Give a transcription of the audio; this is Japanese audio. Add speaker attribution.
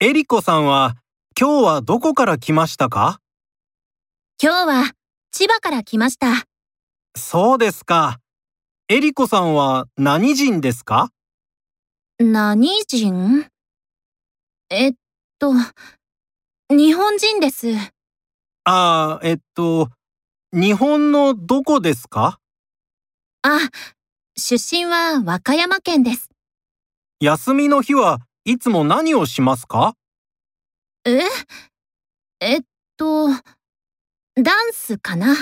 Speaker 1: えりこさんは、今日はどこから来ましたか
Speaker 2: 今日は千葉から来ました。
Speaker 1: そうですか。えりこさんは何人ですか
Speaker 2: 何人えっと、日本人です。
Speaker 1: ああ、えっと、日本のどこですか
Speaker 2: あ、出身は和歌山県です。
Speaker 1: 休みの日はいつも何をしますか
Speaker 2: ええっと、ダンスかな